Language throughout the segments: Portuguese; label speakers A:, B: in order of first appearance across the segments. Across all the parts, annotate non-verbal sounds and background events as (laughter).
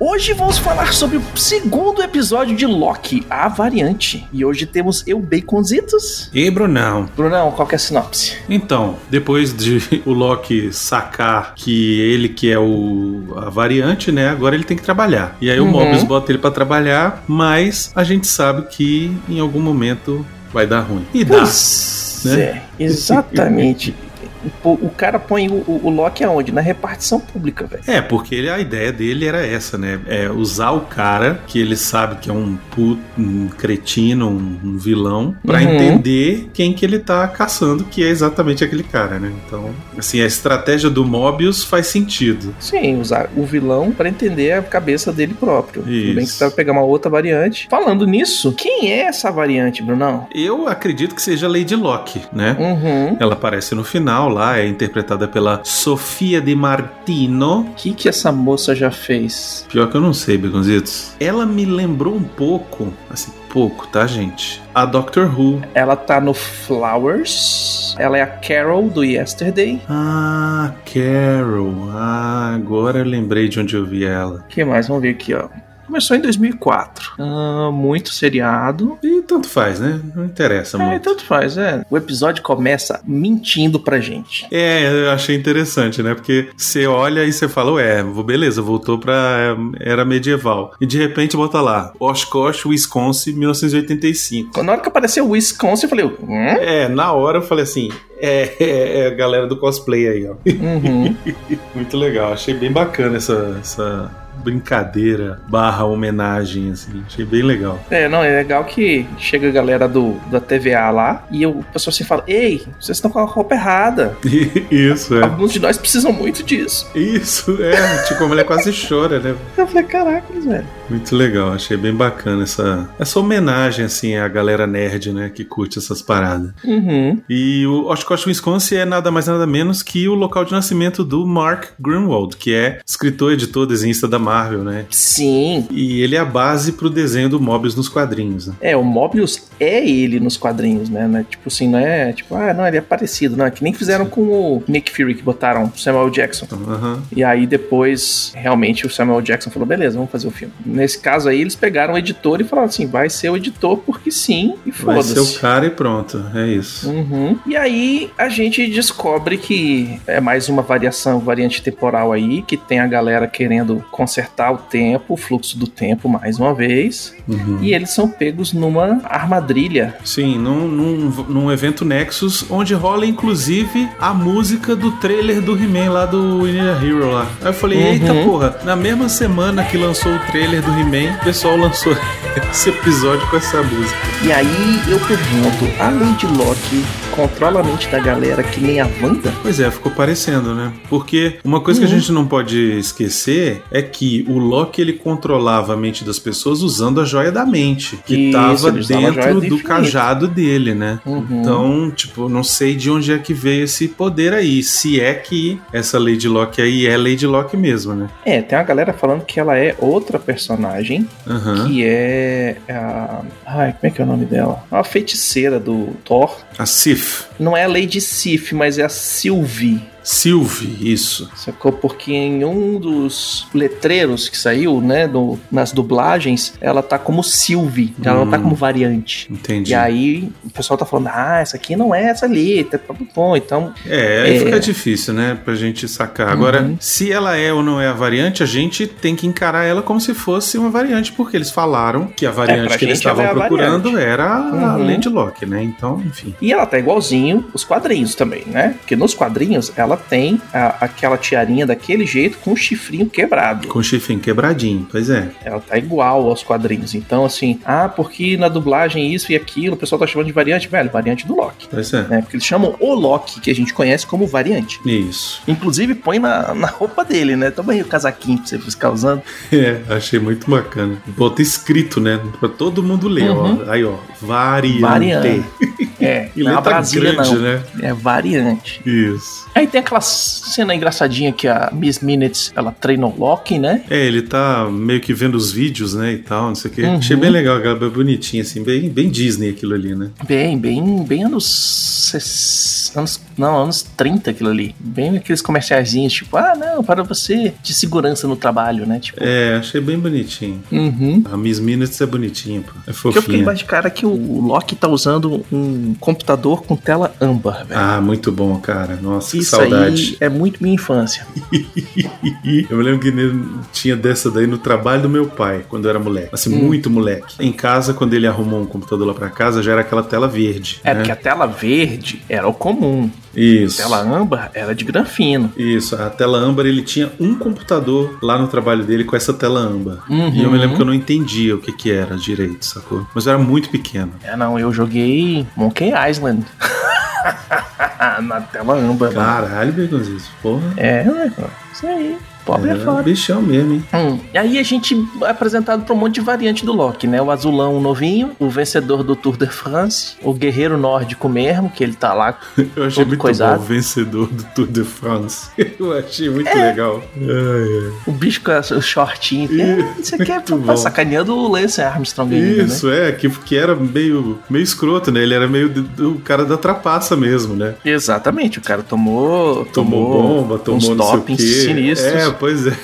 A: Hoje vamos falar sobre o segundo episódio de Loki, a variante. E hoje temos eu, Baconzitos.
B: E Brunão,
A: Brunão, qual que é a sinopse?
B: então, depois de (laughs) o Loki sacar que ele que é o a variante, né? Agora ele tem que trabalhar. E aí o
A: Uhum.
B: Mobius bota ele pra trabalhar, mas a gente sabe que em algum momento vai dar ruim. E dá.
A: Pois é, exatamente. Pô, O cara põe o, o- o Loki aonde? Na repartição pública, velho.
B: É, porque ele- a ideia dele era essa, né? É usar o cara que ele sabe que é um puto, um cretino, um, um vilão, pra
A: Uhum.
B: entender quem que ele tá caçando, que é exatamente aquele cara, né? Então, assim, a estratégia do Mobius faz sentido.
A: Sim, usar o vilão pra entender a cabeça dele próprio. Tudo bem que
B: Isso.
A: você vai pegar uma outra variante. Falando nisso, quem é essa variante, Brunão?
B: Eu acredito que seja Lady Locke, né?
A: Uhum.
B: Ela aparece no final lá, é interpretada pela Sofia de Martino.
A: O que que essa moça já fez?
B: Pior que eu não sei, Begonzitos. Ela me lembrou um pouco, assim, pouco, tá, gente? A Doctor Who.
A: Ela tá no Flowers. Ela é a Carol do Yesterday.
B: Ah, Carol. Ah, agora eu lembrei de onde eu vi ela.
A: O que mais? Vamos ver aqui, ó. Começou em 2004. Ah, muito seriado.
B: E tanto faz, né? Não interessa
A: É,
B: muito.
A: tanto faz, é. O episódio começa mentindo pra gente.
B: É, eu achei interessante, né? Porque você olha e você fala, ué, vo- beleza, voltou pra eh, era medieval. E de repente bota lá, Oshkosh, Wisconsin, 1985.
A: Na hora que apareceu o Wisconsin, eu falei, hum?
B: É, na hora eu falei assim, é, é, é a galera do cosplay aí, ó. (laughs)
A: Uhum.
B: Muito legal, achei bem bacana essa, essa brincadeira barra homenagem, assim. Achei bem legal. (laughs)
A: É, não, é legal que chega a galera do, da TVA lá e eu- o pessoal assim fala, ei, vocês estão com a roupa errada.
B: Isso, é.
A: Alguns de nós precisam muito disso.
B: Isso, é. Tipo, a mulher quase chora, né?
A: Eu falei, caraca, velho.
B: Muito legal, achei bem bacana essa, essa homenagem, assim, à galera nerd, né? Que curte essas paradas.
A: Uhum.
B: E o Oshkosh, Wisconsin é nada mais nada menos que o local de nascimento do Mark Grunwald, que é escritor, editor, desenhista da Marvel, né?
A: Sim.
B: E ele é a base pro desenho do Mobius nos quadrinhos, né?
A: É, o Mobius é ele nos quadrinhos, né? Não é Tipo assim, não é tipo, ah, não, ele é parecido, não. É que nem fizeram com o Nick Fury que botaram Samuel Jackson.
B: Então, Aham.
A: E aí depois, realmente, o Samuel Jackson falou, beleza, vamos fazer o filme. Nesse caso aí, eles pegaram o editor e falaram assim, vai ser o editor porque sim, e
B: Vai ser o
A: foda-se.
B: cara e pronto, é isso.
A: Uhum. E aí a gente descobre que é mais uma variação, variante temporal aí, que tem a galera querendo consertar o tempo, o fluxo do tempo mais uma vez.
B: Uhum.
A: E eles são pegos numa armadilha.
B: Sim, num, num, num evento Nexus, onde rola inclusive a música do trailer do He-Man lá do We Need a Hero lá. Aí eu falei,
A: Uhum.
B: eita porra, na mesma semana que lançou o trailer do He-Man, o pessoal lançou (laughs) esse episódio com essa música.
A: E aí eu pergunto, a Lady Locke controla a mente da galera que nem a Wanda?
B: Pois é, ficou parecendo, né? Porque uma coisa que a
A: Uhum.
B: gente não pode esquecer é que o Loki ele controlava a mente das pessoas usando a joia da mente, que
A: Isso,
B: tava
A: ele usava a joia
B: dentro
A: do
B: do
A: infinito.
B: cajado dele, né?
A: Uhum.
B: Então, tipo, não sei de onde é que veio esse poder aí. Se é que essa Lady Locke aí é Lady Locke mesmo, né?
A: É, tem uma galera falando que ela é outra personagem,
B: Aham.
A: que é a. Ai, como é que é o nome dela? A feiticeira do Thor.
B: A Sif.
A: Não é a Lady Sif, mas é a Sylvie.
B: Sylvie, isso.
A: Sacou? Porque em um dos letreiros que saiu, né, do- nas dublagens, ela tá como Sylvie, ela não tá
B: Hum.
A: como variante.
B: Entendi.
A: E aí o pessoal tá falando, ah, essa aqui não é essa ali, tá tá bom, então...
B: É, aí
A: É.
B: fica difícil, né? Pra gente sacar. Agora,
A: Uhum.
B: se ela é ou não é a variante, a gente tem que encarar ela como se fosse uma variante, porque eles falaram que a variante
A: É, pra
B: que eles
A: gente ela
B: estavam
A: é a
B: procurando era a
A: Uhum.
B: Lady Locke, né? Então, enfim.
A: E ela tá igualzinho os quadrinhos também, né? Porque nos quadrinhos ela tem a- aquela tiarinha daquele jeito com o chifrinho quebrado.
B: Com o chifrinho quebradinho, pois é.
A: Ela tá igual aos quadrinhos. Então, assim, ah, porque na dublagem isso e aquilo, o pessoal tá chamando de variante, velho, variante do Loki.
B: Pois é.
A: Né? Porque eles chamam o Loki, que a gente conhece como variante.
B: Isso.
A: Inclusive, põe na, na roupa dele, né? Toma aí o casaquinho pra você ficar usando.
B: (laughs) É, achei muito bacana. Bota escrito, né? Pra todo mundo ler, ó. Aí, ó. Variante.
A: Uhum. Variante. É,
B: E
A: não é uma
B: letra
A: Brasília,
B: tá grande,
A: não.
B: né?
A: É variante.
B: Isso.
A: Aí tem aquela cena engraçadinha que a Miss Minutes ela treina o Loki, né?
B: É, ele tá meio que vendo os vídeos, né, e tal, não sei o quê.
A: Uhum.
B: Achei bem legal, aquela bem bonitinha, assim, bem, bem Disney aquilo ali, né?
A: Bem, bem, bem anos. ses- anos não, anos 30 aquilo ali. Bem aqueles comerciaizinhos, tipo, ah, não, para você de segurança no trabalho, né? Tipo.
B: É, achei bem bonitinho.
A: Uhum.
B: A Miss Minutes é bonitinha, pô.
A: Porque
B: É
A: eu fiquei
B: fofinha.
A: mais de cara que o Loki tá usando um computador com tela âmbar, velho.
B: Ah, muito bom, cara. Nossa, que
A: Isso aí
B: saudade.
A: é muito minha infância.
B: Eu me lembro que ne- tinha dessa daí no trabalho do meu pai, quando eu era moleque. Assim,
A: Hum.
B: muito moleque. Em casa, quando ele arrumou um computador lá pra casa, já era aquela tela verde.
A: É,
B: né?
A: porque a tela verde era o comum, a
B: Isso.
A: tela âmbar era de granfino.
B: Isso, a tela âmbar, ele tinha um computador lá no trabalho dele com essa tela âmbar.
A: Uhum.
B: E eu me lembro que eu não entendia o que que era direito, sacou? Mas eu era muito pequeno.
A: É, não, eu joguei Monkey Island. (laughs) Na tela âmbar. mano.
B: Caralho, Begonzis, porra.
A: É, ué, isso aí. Pobre é,
B: Era
A: foda.
B: bichão mesmo, hein?
A: Hum, e aí a gente é apresentado pra um monte de variante do Loki, né? O azulão novinho, o vencedor do Tour de France, o guerreiro nórdico mesmo, que ele tá lá.
B: Eu achei
A: Todo
B: muito
A: coisado.
B: bom o vencedor do Tour de France. (laughs) Eu achei muito
A: É.
B: legal. Ai, ai.
A: O bicho com a- o shortinho. É, Isso aqui é
B: Muito
A: pra-
B: bom.
A: sacaneando o Lance Armstrong ainda, né?
B: Isso, é, que, que era meio, meio escroto, né? Ele era meio do- do- o cara da trapaça mesmo, né?
A: Exatamente, o cara tomou.
B: Tomou, bomba, tomou
A: uns
B: não sei o quê.
A: dopings sinistros.
B: É, pois é.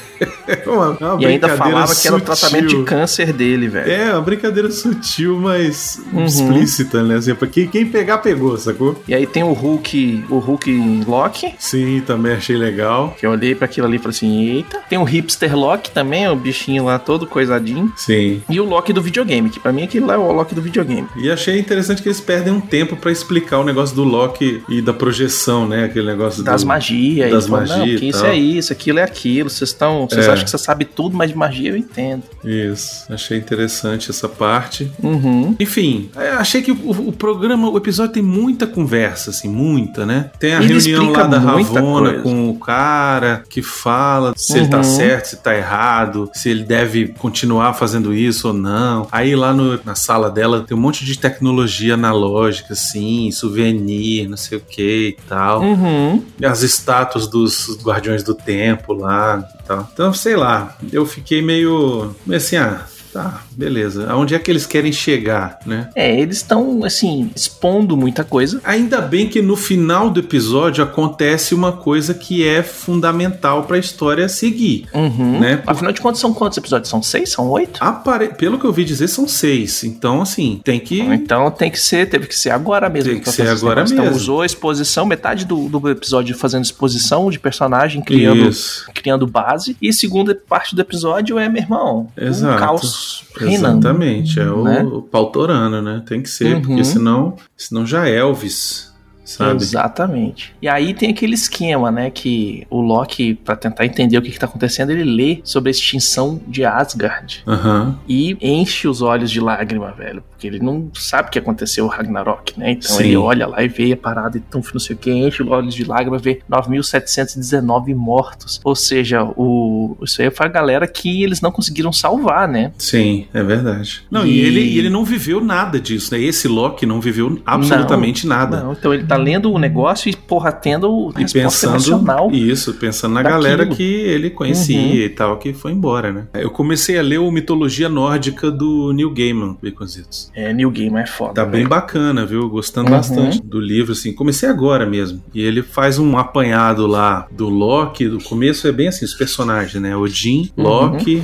B: É (laughs) uma, é uma
A: E ainda
B: brincadeira
A: falava que era o
B: sutil.
A: tratamento de câncer dele, velho.
B: É, uma brincadeira sutil, mas
A: Uhum.
B: explícita, né? Assim, pra quem, quem pegar, pegou, sacou?
A: E aí tem o Hulk, o Hulk Loki,
B: Sim, também achei legal.
A: que eu olhei pra aquilo ali e falei assim, eita. Tem o Hipster Loki também, o bichinho lá todo coisadinho.
B: Sim.
A: E o Loki do videogame, que pra mim aquele lá é o Loki do videogame.
B: E achei interessante que eles perdem um tempo pra explicar o negócio do Loki e da projeção, né? Aquele negócio
A: Das
B: do...
A: magias.
B: das
A: e fala,
B: magia e
A: Não, que isso
B: tal.
A: é isso, aquilo é aquilo. Vocês estão... Vocês
B: É.
A: acham que você sabe tudo, mas de magia eu entendo.
B: Isso. Achei interessante essa parte.
A: Uhum.
B: Enfim, é, achei que o, o programa, o episódio tem muita conversa, assim, muita, né? Tem a
A: Ele
B: reunião
A: explica
B: lá da
A: muita
B: Ravona
A: coisa.
B: com o cara que fala se ele tá
A: Uhum.
B: certo, se tá errado, se ele deve continuar fazendo isso ou não. Aí lá no- na sala dela tem um monte de tecnologia analógica, assim, souvenir, não sei o que e tal.
A: Uhum.
B: E As estátuas dos Guardiões do Tempo lá e tal. Então, sei lá, eu fiquei meio, meio assim, ah. Tá, beleza. Aonde é que eles querem chegar, né?
A: É, eles estão, assim, expondo muita coisa.
B: Ainda bem que no final do episódio acontece uma coisa que é fundamental pra história seguir.
A: Uhum.
B: Né? Por-
A: Afinal de contas, são quantos episódios? São seis? São oito?
B: Apare- Pelo que eu ouvi dizer, são seis. Então, assim, tem que.
A: Então tem que ser, teve que ser agora mesmo.
B: Tem que
A: pra
B: ser
A: fazer esse
B: agora
A: negócio. Então
B: mesmo.
A: usou a exposição, metade do, do episódio fazendo exposição de personagem, criando,
B: Isso.
A: criando base. E segunda parte do episódio é, meu irmão,
B: Exato.
A: um caos reinando.
B: Exatamente. É o,
A: Né?
B: o pautorano, né? Tem que ser,
A: Uhum.
B: porque senão, senão já é Elvis, sabe?
A: Exatamente. E aí tem aquele esquema, né? Que o Loki, pra tentar entender o que, que tá acontecendo, ele lê sobre a extinção de Asgard.
B: Aham.
A: E enche os olhos de lágrima, velho. Porque ele não sabe o que aconteceu o Ragnarok, né? Então
B: Sim.
A: ele olha lá e vê a parada e tum, não sei o que, enche os olhos de lágrima, vê 9.719 mortos. Ou seja, o... isso aí foi a galera que eles não conseguiram salvar, né?
B: Sim, é verdade. Não, e,
A: E-
B: ele, e ele não viveu nada disso, né? Esse Loki não viveu absolutamente nada.
A: Não, então ele tá lendo o negócio e, porra, tendo a
B: E
A: resposta
B: pensando
A: emocional.
B: isso, pensando na
A: daquilo.
B: galera que ele conhecia
A: Uhum.
B: e tal, que foi embora, né? Eu comecei a ler o Mitologia Nórdica do Neil Gaiman, Baconzitos.
A: É, New Game é foda.
B: Tá bem
A: velho.
B: bacana, viu? Gostando
A: Uhum.
B: bastante do livro, assim. Comecei agora mesmo. E ele faz um apanhado lá do Loki. Do começo é bem assim, os personagens, né? Odin,
A: Uhum.
B: Loki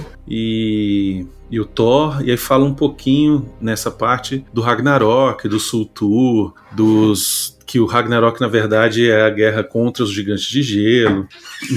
B: e... E o Thor, e aí fala um pouquinho nessa parte do Ragnarok, do Sultur, dos que o Ragnarok na verdade é a guerra contra os gigantes de gelo.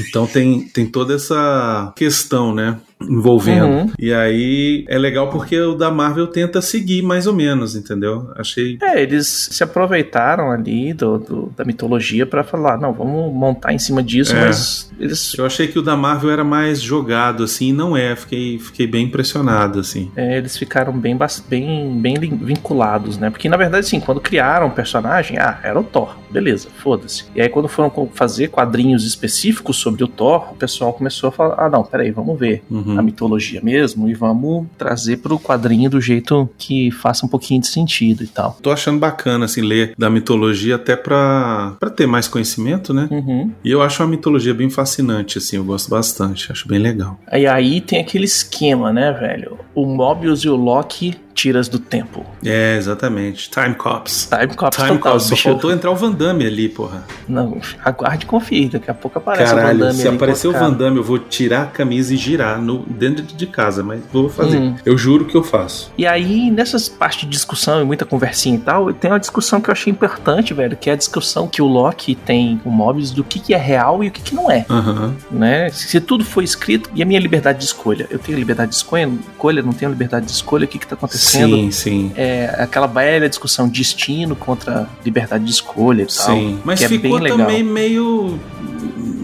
B: Então tem, tem toda essa questão, né, envolvendo.
A: Uhum.
B: E aí é legal porque o da Marvel tenta seguir mais ou menos, entendeu? Achei
A: É, eles se aproveitaram ali do, do- da mitologia pra falar, não, vamos montar em cima disso,
B: É.
A: mas eles
B: eu achei que o da Marvel era mais jogado, assim, e não é. Fiquei, fiquei bem impressionado, assim.
A: É, eles ficaram bem, bas- bem, bem lin- vinculados, né? Porque, na verdade, assim, quando criaram o personagem, ah, era o Thor, beleza, foda-se. E aí, quando foram co- fazer quadrinhos específicos sobre o Thor, o pessoal começou a falar, ah, não, peraí, vamos ver.
B: Uhum.
A: a mitologia mesmo e vamos trazer pro quadrinho do jeito que faça um pouquinho de sentido e tal.
B: Tô achando bacana, assim, ler da mitologia até pra, pra ter mais conhecimento, né?
A: Uhum.
B: E eu acho a mitologia bem fascinante, assim, eu gosto bastante, acho bem legal.
A: E aí tem aquele esquema, né, velho? O Mobius e o Loki tiras do tempo.
B: É, exatamente. Time Cops.
A: Time Cops
B: Time
A: total,
B: Cops, só
A: bicho.
B: faltou entrar o Van Damme ali, porra.
A: Não, aguarde e confie, daqui a pouco aparece o Van
B: Caralho,
A: Damme
B: se
A: ali
B: aparecer o Van
A: colocado.
B: Damme, eu vou tirar a camisa e girar no, dentro de casa, mas vou fazer.
A: Hum.
B: Eu juro que eu faço.
A: E aí, nessas partes de discussão e muita conversinha e tal, tem uma discussão que eu achei importante, velho, que é a discussão que o Loki tem com o Mobius do que, que é real e o que, que não é,
B: Aham.
A: né? Se tudo foi escrito, e a minha liberdade de escolha? Eu tenho liberdade de escolha? escolha? Não tenho liberdade de escolha? O que, que tá acontecendo?
B: Sim, sim.
A: É aquela velha discussão destino contra liberdade de escolha e tal.
B: Sim. Mas
A: que é
B: ficou
A: bem legal.
B: também meio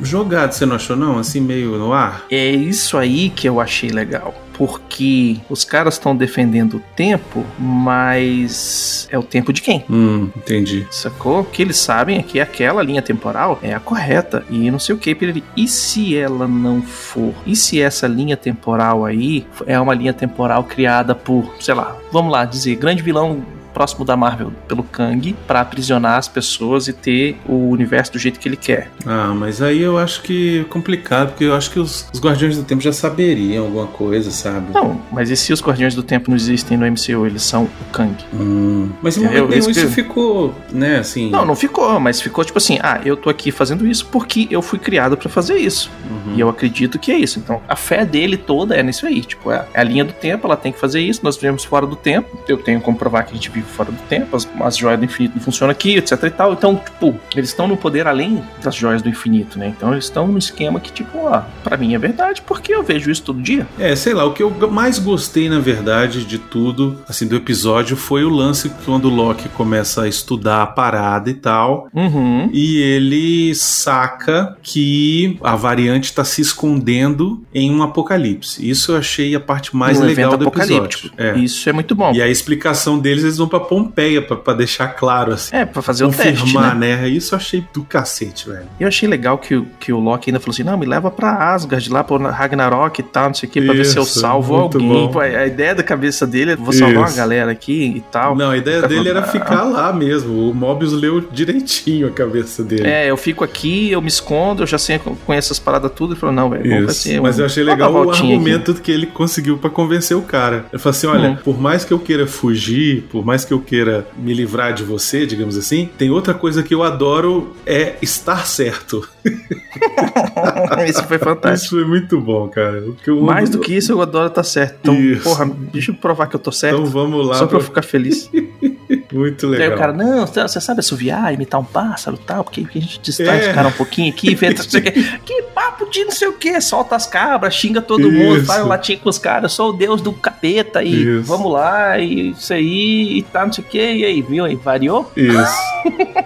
B: jogado, você não achou, não? Assim, meio no ar?
A: É isso aí que eu achei legal. Porque os caras estão defendendo o tempo, mas é o tempo de quem?
B: Hum, entendi.
A: Sacou? O que eles sabem é que aquela linha temporal é a correta e não sei o que. piriri. E se ela não for? E se essa linha temporal aí é uma linha temporal criada por, sei lá, vamos lá dizer, grande vilão próximo da Marvel pelo Kang pra aprisionar as pessoas e ter o universo do jeito que ele quer?
B: Ah, mas aí eu acho que é complicado, porque eu acho que os, os Guardiões do Tempo já saberiam alguma coisa, sabe?
A: Não, mas e se os Guardiões do Tempo não existem no MCU? Eles são o Kang.
B: Hum, mas em
A: Entendeu?
B: momento nenhum
A: Isso que-
B: isso ficou, né, assim...
A: Não, não ficou, mas ficou tipo assim: ah, eu tô aqui fazendo isso porque eu fui criado pra fazer isso.
B: Uhum.
A: E eu acredito que é isso. Então, a fé dele toda é nisso aí. Tipo, é é a linha do tempo, ela tem que fazer isso. Nós vivemos fora do tempo. Eu tenho que comprovar que a gente vive fora do tempo. As, as joias do infinito não funcionam aqui, etc e tal. Então, tipo, eles estão no poder além das joias do infinito, né? Então, eles estão num esquema que, tipo, ó, pra mim é verdade porque eu vejo isso todo dia.
B: É, sei lá, o que eu mais gostei, na verdade, de tudo, assim, do episódio foi o lance quando o Loki começa a estudar a parada e tal.
A: Uhum.
B: E ele saca que a variante tá se escondendo em um apocalipse. Isso eu achei a parte mais
A: Um
B: legal
A: evento
B: do
A: apocalíptico.
B: episódio. É.
A: Isso é muito bom.
B: E a explicação deles, eles vão pra Pompeia pra pra deixar claro, assim.
A: É, pra fazer o teste, né?
B: Confirmar, né? Isso eu achei do cacete, velho.
A: Eu achei legal que, o- que o Loki ainda falou assim: não, me leva pra Asgard, lá pro Ragnarok e tal, não sei o que, pra ver se eu
B: Isso,
A: salvo
B: muito
A: alguém.
B: bom.
A: Pô, a ideia da cabeça dele é: vou salvar uma
B: Isso.
A: galera aqui e tal.
B: Não, a ideia
A: Tá
B: dele era
A: falando,
B: ficar lá mesmo. O Mobius leu direitinho a cabeça dele.
A: É, eu fico aqui, eu me escondo, eu já sei, conheço as paradas tudo. Ele falou: não, velho, vamos
B: Isso.
A: fazer.
B: Mas
A: um-
B: eu achei
A: vamos
B: legal
A: dar uma
B: o
A: voltinha aqui.
B: argumento que ele conseguiu pra convencer o cara. Ele falou assim: olha,
A: Hum.
B: por mais que eu queira fugir, por mais que eu queira me livrar de você, digamos assim, tem outra coisa que eu adoro é estar certo.
A: (laughs) Isso foi fantástico.
B: Isso foi muito bom, cara. O que eu-
A: Mais do que isso, eu adoro tá certo. Então,
B: Isso.
A: porra, deixa eu provar que eu tô certo.
B: Então vamos lá.
A: só pra eu
B: pra-
A: ficar feliz.
B: Muito
A: Daí o
B: legal.
A: cara, não, você sabe assoviar, imitar um pássaro e tal, porque a gente distrai
B: É.
A: os caras um pouquinho aqui, inventa não sei o
B: (laughs)
A: quê. Que papo de não sei o que, solta as cabras, xinga todo mundo,
B: Isso.
A: faz latinha com os caras, sou o deus do capeta e
B: Isso.
A: vamos lá, e isso aí, e tá, não sei o que, e aí, viu aí, variou? (laughs)
B: Isso.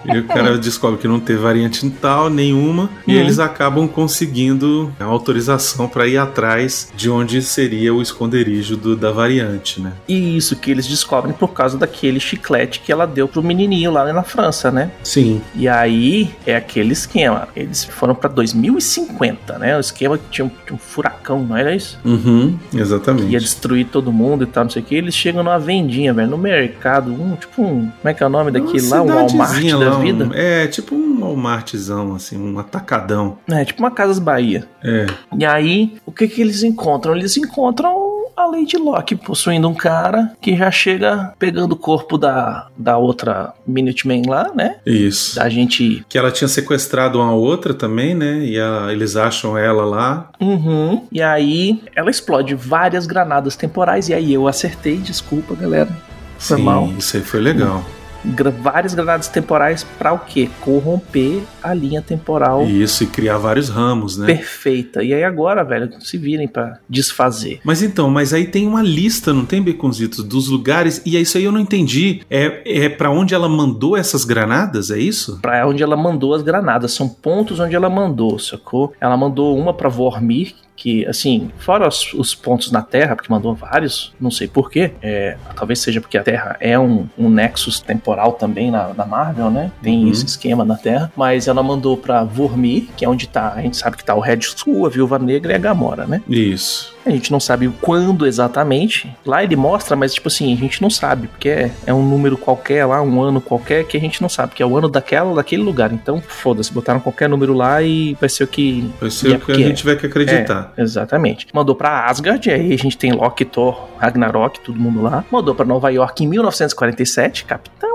B: e o cara descobre que não teve variante tal nenhuma e
A: Uhum.
B: eles acabam conseguindo a autorização pra ir atrás de onde seria o esconderijo do- da variante, né?
A: E isso que eles descobrem por causa daquele chiclete que ela deu pro menininho lá na França, né?
B: Sim.
A: E aí é aquele esquema, eles foram pra 2050, né? O esquema que tinha um, tinha um furacão, não era isso?
B: Uhum,
A: que
B: exatamente.
A: ia destruir todo mundo e tal, não sei o que. Eles chegam numa vendinha, velho, no mercado, um, tipo um. Como é que é o nome daquele
B: Uma
A: lá? Um Walmart
B: cidadezinha
A: da
B: lá, um-
A: vida?
B: é, tipo um Walmartzão, assim, um atacadão.
A: É, tipo uma Casas Bahia.
B: É.
A: E aí, o que que eles encontram? Eles encontram a Lady Locke possuindo um cara que já chega pegando o corpo da, da outra Minuteman lá, né?
B: Isso.
A: Da gente.
B: Que ela tinha sequestrado uma outra também, né? E a- eles acham ela lá.
A: Uhum. E aí, ela explode várias granadas temporais. E aí, eu acertei, desculpa, galera. Foi
B: Sim,
A: mal.
B: Isso aí foi legal.
A: gra- várias granadas temporais pra o quê? Corromper a linha temporal
B: E isso, e criar vários ramos, né?
A: perfeita. E aí agora, velho, se virem pra desfazer.
B: Mas então, mas aí tem uma lista, não tem, Beconzitos, dos lugares, e é isso aí eu não entendi. É, é para onde ela mandou essas granadas, é isso?
A: Pra onde ela mandou as granadas. São pontos onde ela mandou, sacou? Ela mandou uma pra Vormir, que, assim, fora os, os pontos na Terra, porque mandou vários, não sei porquê. É, talvez seja porque a Terra é um, um nexus temporal também na, na Marvel, né? Tem
B: Uhum.
A: esse esquema na Terra. Mas ela mandou pra Vormir, que é onde tá, a gente sabe que tá o Red Skull, a Viúva Negra e a Gamora, né?
B: Isso.
A: A gente não sabe quando exatamente. Lá ele mostra, mas tipo assim, a gente não sabe, porque é, é um número qualquer lá, um ano qualquer, que a gente não sabe, que é o ano daquela, daquele lugar. Então, foda-se, botaram qualquer número lá e vai ser o que.
B: Vai ser
A: e é
B: o que a
A: porque é.
B: gente vai que acreditar.
A: É, exatamente. Mandou pra Asgard, e aí a gente tem Loki, Thor, Ragnarok, todo mundo lá. Mandou pra Nova York em 1947, Capitão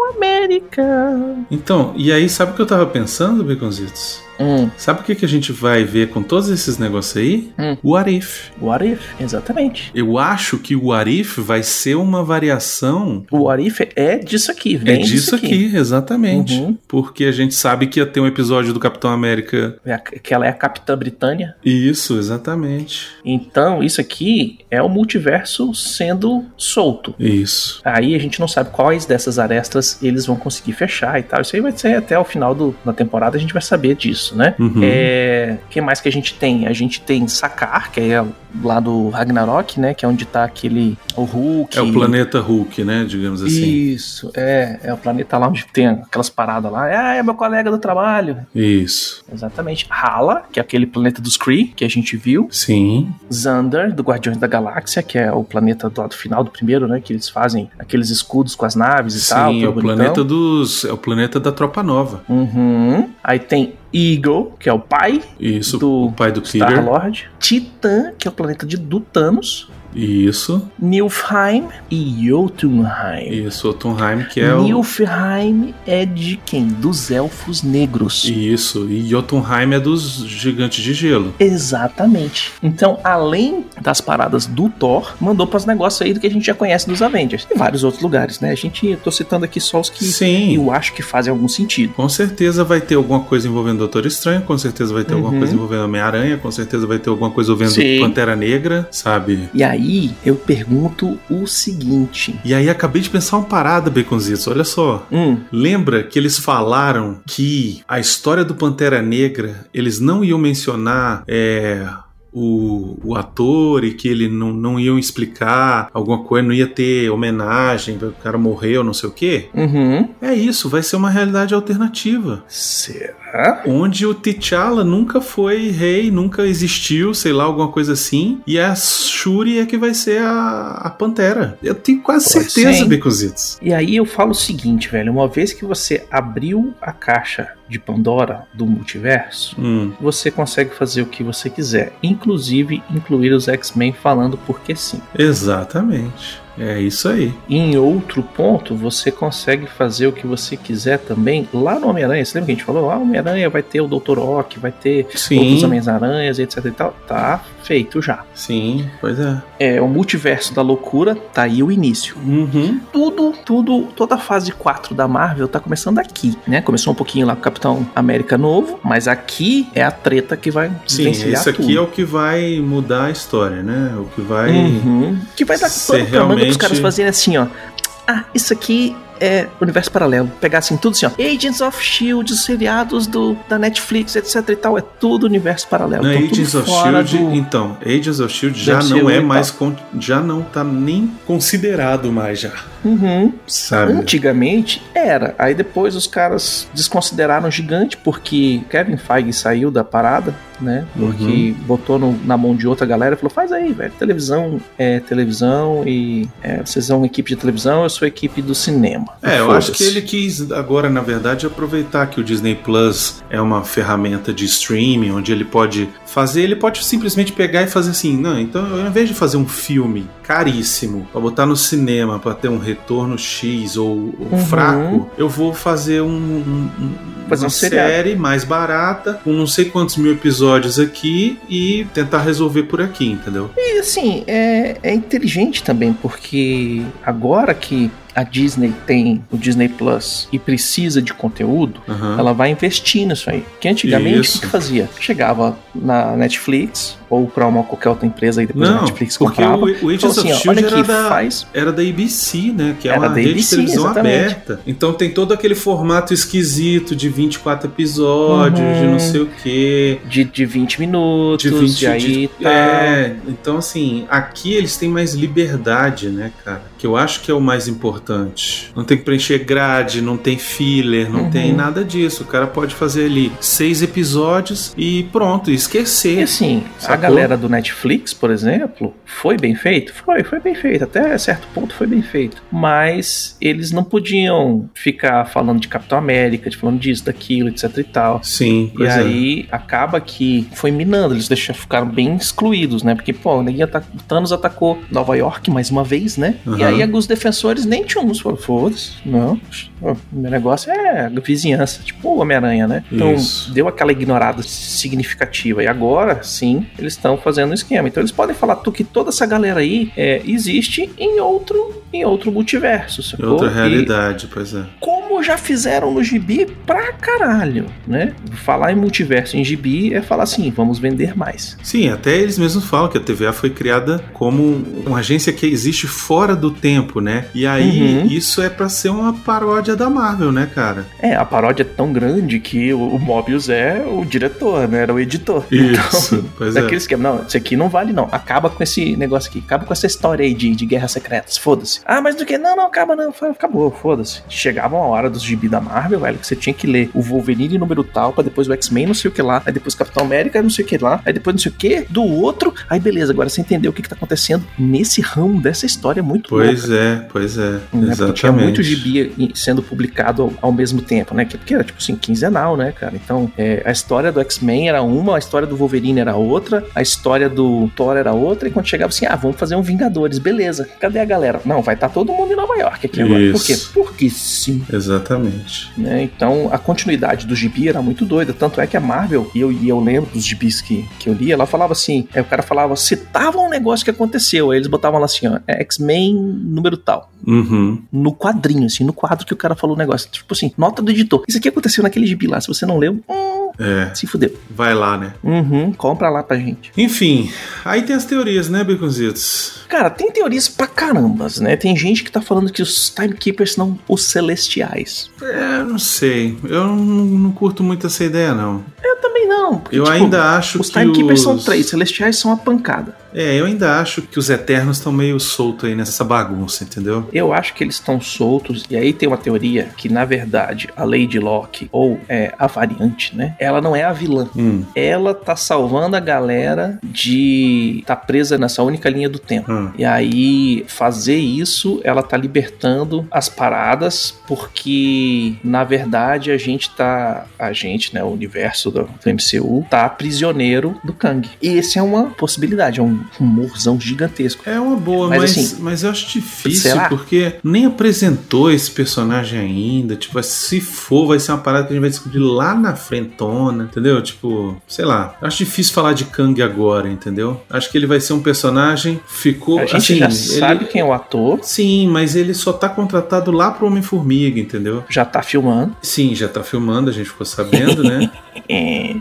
A: América.
B: Então, e aí, sabe o que eu tava pensando, Beconzitos?
A: Hum,
B: Sabe o que, que a gente vai ver com todos esses negócios aí?
A: Hum.
B: O Arif.
A: What If, exatamente.
B: Eu acho que o Arif vai ser uma variação.
A: O What If é disso aqui,
B: É
A: vem
B: disso aqui, exatamente.
A: Uhum.
B: Porque a gente sabe que ia ter um episódio do Capitão América.
A: É a- Que ela é a Capitã Britânia.
B: Isso, exatamente.
A: Então, isso aqui é o multiverso sendo solto.
B: Isso.
A: Aí a gente não sabe quais dessas arestas eles vão conseguir fechar e tal. Isso aí vai ser até o final do- da temporada, a gente vai saber disso, né?
B: Uhum.
A: É, que mais que a gente tem? A gente tem Sakar, que é lá do Ragnarok, né? Que é onde tá aquele o Hulk.
B: É o planeta Hulk, né? Digamos assim.
A: Isso, é, é o planeta lá onde tem aquelas paradas lá. Ah, é meu colega do trabalho.
B: Isso.
A: Exatamente. Hala, que é aquele planeta dos Kree que a gente viu.
B: Sim.
A: Xander, do Guardiões da Galáxia, que é o planeta do lado final do primeiro, né? Que eles fazem aqueles escudos com as naves e
B: Sim,
A: tal.
B: é
A: tudo
B: o
A: bonitão.
B: planeta dos. É o planeta da Tropa Nova.
A: Uhum. Aí tem Eagle, que é o pai
B: Isso.
A: Do
B: o pai do
A: Star
B: Peter.
A: Lord. Titã, que é o planeta de, do Thanos.
B: Isso.
A: Nilfheim e Jotunheim.
B: Isso, o Tonheim, que é o.
A: Nilfheim é de quem? Dos elfos negros.
B: Isso, e Jotunheim é dos gigantes de gelo.
A: Exatamente. Então, além das paradas do Thor, mandou para os negócios aí do que a gente já conhece dos Avengers. E vários outros lugares, né? A gente, eu tô citando aqui só os que
B: Sim,
A: eu acho que fazem algum sentido.
B: com certeza vai ter alguma coisa envolvendo Doutor Estranho, com certeza vai ter
A: Uhum.
B: alguma coisa envolvendo Homem-Aranha, com certeza vai ter alguma coisa envolvendo
A: Sim.
B: Pantera Negra, sabe?
A: E aí, eu pergunto o seguinte.
B: E aí acabei de pensar uma parada, Baconzitos, olha só.
A: Hum,
B: Lembra que eles falaram que a história do Pantera Negra, eles não iam mencionar é, o, o ator e que ele não, não iam explicar alguma coisa, não ia ter homenagem, o cara morreu, não sei o quê?
A: uhum.
B: É isso, vai ser uma realidade alternativa.
A: Será?
B: Onde o T'Challa nunca foi rei, nunca existiu, sei lá, alguma coisa assim. E a Shuri é que vai ser a, a Pantera. Eu tenho quase
A: Pode ser,
B: certeza,
A: hein?
B: Beconzitos.
A: E aí eu falo o seguinte, velho. Uma vez que você abriu a caixa de Pandora do multiverso,
B: Hum,
A: você consegue fazer o que você quiser. Inclusive, incluir os X-Men falando porque sim.
B: exatamente. É isso aí.
A: Em outro ponto, você consegue fazer o que você quiser também lá no Homem-Aranha. Você lembra que a gente falou? Lá no Homem-Aranha vai ter o Dr. Ock, vai ter outros
B: Sim,
A: Homens-Aranhas, etc e tal. Tá feito já.
B: sim, pois é.
A: É, o multiverso da loucura tá aí o início.
B: Uhum.
A: Tudo, tudo, toda a fase 4 da Marvel tá começando aqui, né? Começou um pouquinho lá com o Capitão América novo, mas aqui é a treta que vai
B: Sim,
A: desvencilhar
B: esse aqui
A: tudo.
B: é o que vai mudar a história, né? O que vai.
A: Uhum. Que vai dar
B: Ser
A: pano pra manga pros
B: realmente-
A: caras fazerem assim, ó. Ah, isso aqui é universo paralelo. Pegar assim tudo assim, ó. Agents of S.H.I.E.L.D., os seriados do, da Netflix, etc e tal. É tudo universo paralelo.
B: Não,
A: Então, tudo
B: Agents of
A: fora
B: Shield,
A: do-
B: então, Agents of Shield já
A: MCU
B: não
A: e
B: é
A: tal.
B: mais con- já não tá nem considerado mais já,
A: Uhum.
B: sabe?
A: Antigamente era. Aí depois os caras desconsideraram o gigante porque Kevin Feige saiu da parada, né? Porque
B: Uhum.
A: botou no- na mão de outra galera e falou: faz aí, velho. Televisão é televisão e é, vocês são equipe de televisão, eu sou equipe do cinema.
B: É, eu acho que
A: Foda-se.
B: ele quis agora, na verdade, aproveitar que o Disney Plus é uma ferramenta de streaming onde ele pode fazer, ele pode simplesmente pegar e fazer assim, não, então ao invés de fazer um filme caríssimo pra botar no cinema pra ter um retorno X ou, ou
A: Uhum.
B: fraco, eu vou fazer um, um- um-
A: Fazer um
B: uma
A: seriado.
B: série mais barata, com não sei quantos mil episódios aqui e tentar resolver por aqui, entendeu?
A: E assim, é, é inteligente também, porque agora que a Disney tem o Disney Plus e precisa de conteúdo.
B: Aham.
A: Ela vai investir nisso aí. Que antigamente
B: Isso.
A: o que que fazia? Chegava na Netflix ou pra uma qualquer outra empresa e depois a
B: Não,
A: Netflix
B: porque
A: comprava.
B: o, o Agents
A: Falou assim,
B: of
A: ó, olha
B: Shield era
A: aqui,
B: da,
A: faz.
B: era da ABC, né? Que é
A: Era
B: uma
A: da
B: rede
A: ABC,
B: de televisão
A: exatamente.
B: aberta. Então tem todo aquele formato esquisito de 24 episódios,
A: Uhum.
B: de não sei o quê.
A: De, de 20 minutos,
B: De 20
A: e aí
B: de-
A: tá.
B: É, então assim, aqui eles têm mais liberdade, né, cara? Que eu acho que é o mais importante. Não tem que preencher grade, não tem filler, não
A: Uhum.
B: tem nada disso. O cara pode fazer ali seis episódios e pronto, e
A: E
B: esquecer.
A: assim, a
B: Sacou?
A: galera do Netflix, por exemplo, foi bem feito? Foi, foi bem feito. Até certo ponto foi bem feito. Mas eles não podiam ficar falando de Capitão América, de falando disso, daquilo, etc e tal.
B: Sim,
A: E
B: pois é.
A: aí acaba que foi minando, eles deixaram, ficaram bem excluídos, né? Porque, pô, o neguinho ata- o Thanos atacou Nova York mais uma vez, né? E
B: Aham.
A: aí os defensores nem tinham uns, falaram, foda-se, não. O meu negócio é vizinhança, tipo o Homem-Aranha, né? Então
B: Isso.
A: deu aquela ignorada significativa. E agora, sim, eles estão fazendo um esquema. Então eles podem falar tu, que toda essa galera aí é, existe em outro, em outro multiverso,
B: É
A: sacou?
B: outra
A: E-
B: realidade, pois é.
A: como já fizeram no gibi pra caralho, né? Falar em multiverso em gibi é falar assim, vamos vender mais.
B: Sim, até eles mesmos falam que a TVA foi criada como um- uma agência que existe fora do tempo, né? E aí
A: Uhum.
B: isso é pra ser uma paródia da Marvel, né, cara?
A: É, a paródia é tão grande que o, o Mobius é o diretor, né? Era o editor.
B: Isso, pois é.
A: Daquele esquema, não, isso aqui não vale não, acaba com esse negócio aqui, acaba com essa história aí de, de guerras secretas, foda-se. Ah, mas do que? Não, não, acaba não, Fa- acabou, foda-se. Chegava uma hora dos gibi da Marvel, velho, que você tinha que ler o Wolverine número tal, pra depois o X-Men, não sei o que lá, aí depois Capitão América, não sei o que lá, aí depois não sei o que, do outro, aí beleza, agora você entendeu o que que tá acontecendo nesse ramo dessa história muito louca.
B: Pois é, pois é.
A: Né? Porque
B: Exatamente.
A: tinha muito gibi em- sendo publicado ao, ao mesmo tempo, né? Que- Porque era tipo assim, quinzenal, né, cara? Então, é, a história do X-Men era uma, a história do Wolverine era outra, a história do Thor era outra, e quando chegava assim, ah, vamos fazer um Vingadores, beleza. Cadê a galera? Não, vai estar todo mundo em Nova York aqui agora. Por quê?
B: Isso.
A: Porque sim.
B: Exatamente.
A: né? Então a continuidade do gibi era muito doida. Tanto é que a Marvel, e eu, e eu lembro dos gibis que, que eu li, ela falava assim: aí o cara falava, citava um negócio que aconteceu. Aí eles botavam lá assim: ó, é X-Men número tal
B: Uhum.
A: no quadrinho, assim, no quadro que o cara falou o negócio. Tipo assim, nota do editor. Isso aqui aconteceu naquele gibi lá. Se você não leu, hum,
B: É,
A: se fudeu.
B: vai lá, né?
A: Uhum, compra lá pra gente.
B: Enfim, aí tem as teorias, né, Baconzitos?
A: Cara, tem teorias pra carambas, né? Tem gente que tá falando que os Timekeepers são os Celestiais.
B: É, não sei. Eu não, não curto muito essa ideia, não.
A: Eu também não. porque,
B: Eu
A: tipo,
B: ainda acho
A: Os
B: que.
A: Timekeepers
B: os...
A: são três, Celestiais são a pancada.
B: É, eu ainda acho que os Eternos estão meio soltos aí nessa bagunça, entendeu?
A: Eu acho que eles estão soltos, e aí tem uma teoria que, na verdade, a Lady Locke, ou é, a variante, né? Ela não é a vilã.
B: Hum.
A: ela tá salvando a galera de tá presa nessa única linha do tempo.
B: Hum.
A: E aí, fazer isso, ela tá libertando as paradas, porque na verdade a gente tá. A gente, né? O universo do, do MCU tá prisioneiro do Kang. E essa é uma possibilidade, é um rumorzão gigantesco.
B: É uma boa,
A: Mas
B: mas,
A: assim,
B: mas eu acho difícil
A: será?
B: porque nem apresentou esse personagem ainda. Tipo, se for, vai ser uma parada que a gente vai descobrir lá na frentona, entendeu? Tipo, sei lá. Acho difícil falar de Kang agora, entendeu? Acho que ele vai ser um personagem. Ficou.
A: A gente
B: assim,
A: já
B: ele-
A: sabe quem é o ator,
B: Sim, mas ele só tá contratado lá pro Homem-Formiga, entendeu?
A: já tá filmando.
B: Sim, já tá filmando, a gente ficou sabendo,
A: (laughs)
B: né?
A: É,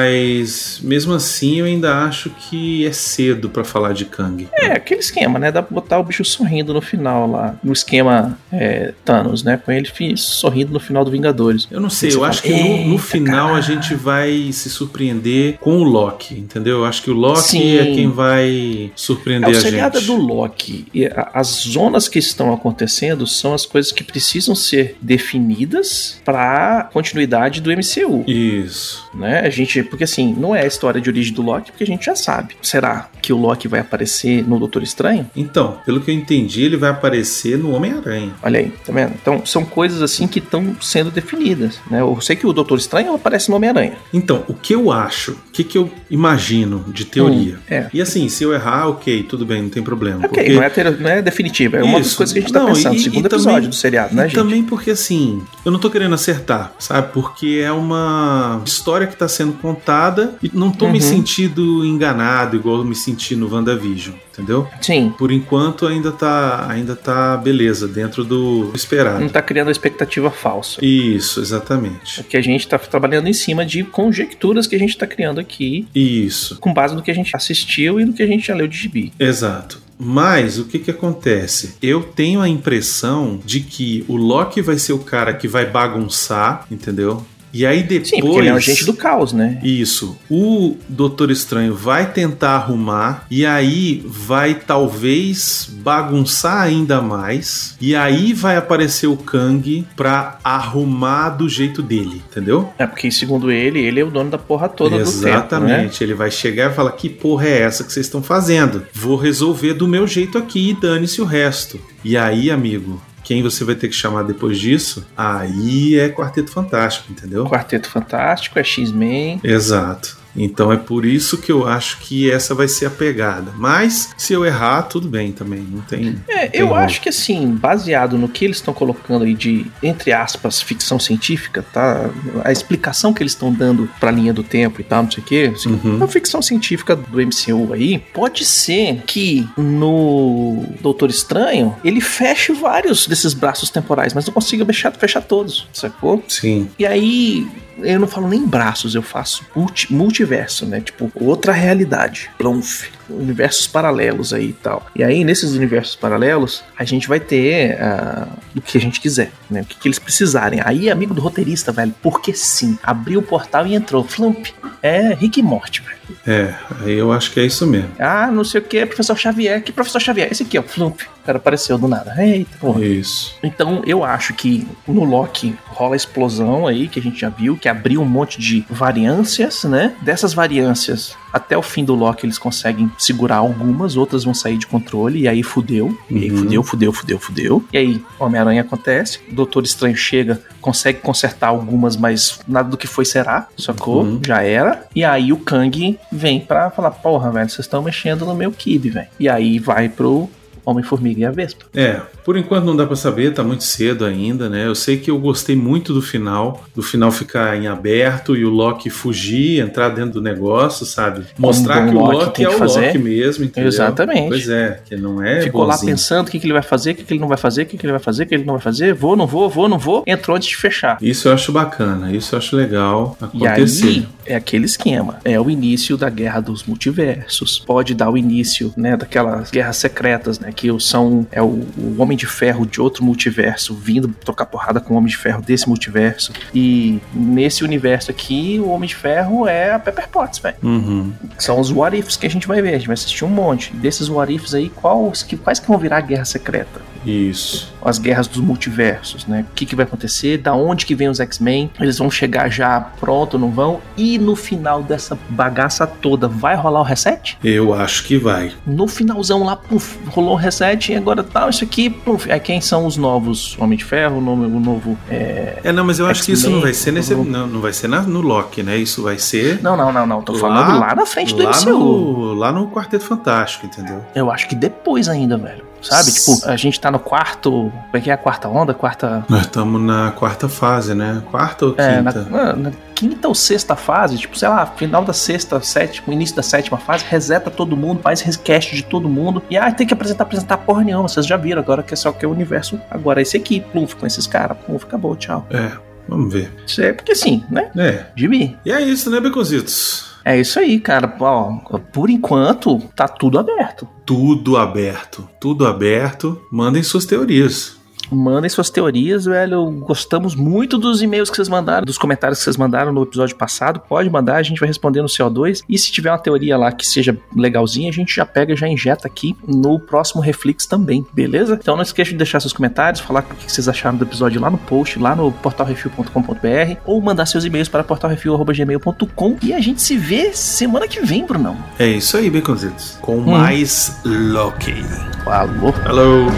B: Mas mesmo assim eu ainda acho que é cedo pra falar de Kang.
A: É, aquele esquema, né? Dá pra botar o bicho sorrindo no final lá. No esquema é, Thanos, né? Com ele fi- sorrindo no final do Vingadores.
B: Eu não sei,
A: Você
B: eu
A: fala,
B: acho que no, no
A: "Eita,
B: final
A: caralho."
B: a gente vai se surpreender com o Loki, entendeu? Eu acho que o Loki
A: Sim.
B: é quem vai
A: É
B: surpreender
A: o
B: a
A: seriado
B: gente.
A: do Loki. E a- as zonas que estão acontecendo são as coisas que precisam ser definidas pra continuidade do MCU.
B: Isso.
A: né? A gente, porque assim, não é a história de origem do Loki, porque a gente já sabe. Será que o Loki vai aparecer no Doutor Estranho?
B: Então, pelo que eu entendi, ele vai aparecer no Homem-Aranha.
A: Olha aí, tá vendo? Então, são coisas assim que estão sendo definidas, né? Eu sei que o Doutor Estranho aparece no Homem-Aranha.
B: Então, o que eu acho, o que, que eu imagino de teoria?
A: Hum, é.
B: E assim, se eu errar, ok, tudo bem, não tem problema.
A: Ok,
B: porque-
A: não, é ter- não é definitiva. É uma das
B: Isso.
A: coisas que a gente tá
B: Não,
A: pensando.
B: e-
A: segundo
B: e também-
A: episódio do seriado, né,
B: E
A: gente?
B: também porque assim, eu não tô querendo acertar, sabe? Porque é uma história que tá sendo contada e não tô me
A: Uhum.
B: sentindo enganado igual eu me senti no WandaVision, entendeu?
A: Sim.
B: Por enquanto ainda tá, ainda tá beleza, dentro do esperado.
A: Não tá criando expectativa falsa.
B: Isso, exatamente.
A: Que a gente tá trabalhando em cima de conjecturas que a gente tá criando aqui,
B: Isso,
A: com base no que a gente assistiu e no que a gente já leu de gibi.
B: exato. Mas o que que acontece? Eu tenho a impressão de que o Loki vai ser o cara que vai bagunçar, entendeu? E aí depois.
A: Sim, porque ele é um agente do caos, né?
B: Isso. O Doutor Estranho vai tentar arrumar e aí vai talvez bagunçar ainda mais. E aí vai aparecer o Kang pra arrumar do jeito dele, entendeu?
A: É porque, segundo ele, ele é o dono da porra toda
B: Exatamente.
A: do tempo, né?
B: Ele vai chegar e falar: que porra é essa que vocês estão fazendo? Vou resolver do meu jeito aqui e dane-se o resto. E aí, amigo. Quem você vai ter que chamar depois disso? Aí é Quarteto Fantástico, entendeu?
A: Quarteto Fantástico, é X-Men.
B: Exato. Então é por isso que eu acho que essa vai ser a pegada. Mas se eu errar, tudo bem também. Não tem.
A: É, eu acho que assim, baseado no que eles estão colocando aí de, entre aspas, ficção científica, tá? A explicação que eles estão dando pra linha do tempo e tal, não sei o quê. Assim,
B: Uhum.
A: A ficção científica do MCU aí, pode ser que no Doutor Estranho ele feche vários desses braços temporais, mas não consiga fechar, fechar todos, sacou?
B: Sim.
A: E aí, eu não falo nem braços, eu faço multi- multiverso, né? Tipo, outra realidade. Plonf. Universos paralelos aí e tal. E aí, nesses universos paralelos, a gente vai ter ah, o que a gente quiser, né? O que, que eles precisarem. Aí, amigo do roteirista, velho, porque sim. Abriu o portal e entrou. Flump. É Rick e Morty, velho.
B: É, aí eu acho que é isso mesmo.
A: Ah, não sei o que, professor Xavier. Que professor Xavier? Esse aqui, ó. Flump. O cara apareceu do nada. Eita, porra.
B: Isso.
A: Então eu acho que no Loki rola a explosão aí que a gente já viu, que abriu um monte de variâncias, né? Dessas variâncias, até o fim do Loki eles conseguem segurar algumas, outras vão sair de controle, e aí fudeu. E aí
B: Uhum.
A: fudeu, fudeu, fudeu, fudeu. E aí Homem-Aranha acontece, Doutor Estranho chega, consegue consertar algumas, mas nada do que foi será, sacou?
B: Uhum.
A: Já era. E aí o Kang vem pra falar: porra, velho, vocês estão mexendo no meu kibe, velho. E aí vai pro Homem-Formiga e a Vespa.
B: É, por enquanto não dá pra saber, tá muito cedo ainda, né? Eu sei que eu gostei muito do final, do final ficar em aberto e o Loki fugir, entrar dentro do negócio, sabe? Mostrar
A: Um bom
B: que o
A: Loki
B: Loki,
A: tem
B: é
A: que
B: o
A: fazer.
B: Loki mesmo, entendeu?
A: Exatamente.
B: Pois é, que não é
A: Ficou lá
B: bonzinho.
A: pensando o que, que ele vai fazer, o que, que ele não vai fazer, o que, que ele vai fazer, o que ele não vai fazer, vou, não vou, vou, não vou, entrou antes de fechar.
B: Isso eu acho bacana, isso eu acho legal
A: E
B: acontecer.
A: aí é aquele esquema, é o início da guerra dos multiversos, pode dar o início, né, daquelas guerras secretas, né, que são é o, o Homem de Ferro de outro multiverso vindo tocar porrada com o Homem de Ferro desse multiverso e nesse universo aqui o Homem de Ferro é a Pepper Potts, velho.
B: Uhum.
A: São os what ifs que a gente vai ver, a gente vai assistir um monte desses what ifs aí, quais que quais que vão virar a guerra secreta?
B: Isso.
A: as guerras dos multiversos, né? O que, que vai acontecer, da onde que vem os X-Men, eles vão chegar já pronto, não vão? E no final dessa bagaça toda, vai rolar o reset?
B: Eu acho que vai.
A: No finalzão lá, puf, rolou o reset e agora tá, isso aqui, puf, é quem são os novos Homem de Ferro, o novo, o novo é...
B: É, não, mas eu acho que isso
A: X-Men,
B: não vai ser nesse,
A: no-
B: não, não vai ser na- no Loki, né? Isso vai ser
A: Não, não, não, não, tô
B: Lá-
A: falando lá na frente do
B: lá,
A: MCU.
B: no, lá no Quarteto Fantástico, entendeu?
A: Eu acho que depois ainda, velho. Sabe?
B: S-
A: Tipo, a gente tá no quarto, como é que é a quarta onda? Quarta...
B: Nós estamos na quarta fase, né? Quarta ou quinta?
A: É, na, na- na quinta ou sexta fase, tipo, sei lá, final da sexta, sétima, início da sétima fase, reseta todo mundo, faz rescast de todo mundo. E ah, tem que apresentar, apresentar porra nenhuma, vocês já viram agora que é só que é o universo. Agora é esse aqui, pluf, com esses caras, pluf, acabou, tchau.
B: É, vamos ver.
A: Isso é porque sim, né?
B: É.
A: Jimmy.
B: E é isso, né, Beconzitos?
A: É isso aí, cara. Ó, por enquanto, tá tudo aberto.
B: Tudo aberto. Tudo aberto. Mandem suas teorias.
A: Mandem suas teorias, velho. Gostamos muito dos e-mails que vocês mandaram, dos comentários que vocês mandaram no episódio passado. Pode mandar, a gente vai responder no CO2. E se tiver uma teoria lá que seja legalzinha, a gente já pega e já injeta aqui no próximo Reflex também, beleza? Então não esqueça de deixar seus comentários, falar o que vocês acharam do episódio lá no post, lá no portalrefil.com.br ou mandar seus e-mails para portalrefil.gmail.com e a gente se vê semana que vem, Brunão.
B: É isso aí, Beconzitos. Com mais Loki.
A: Falou!
B: Hello.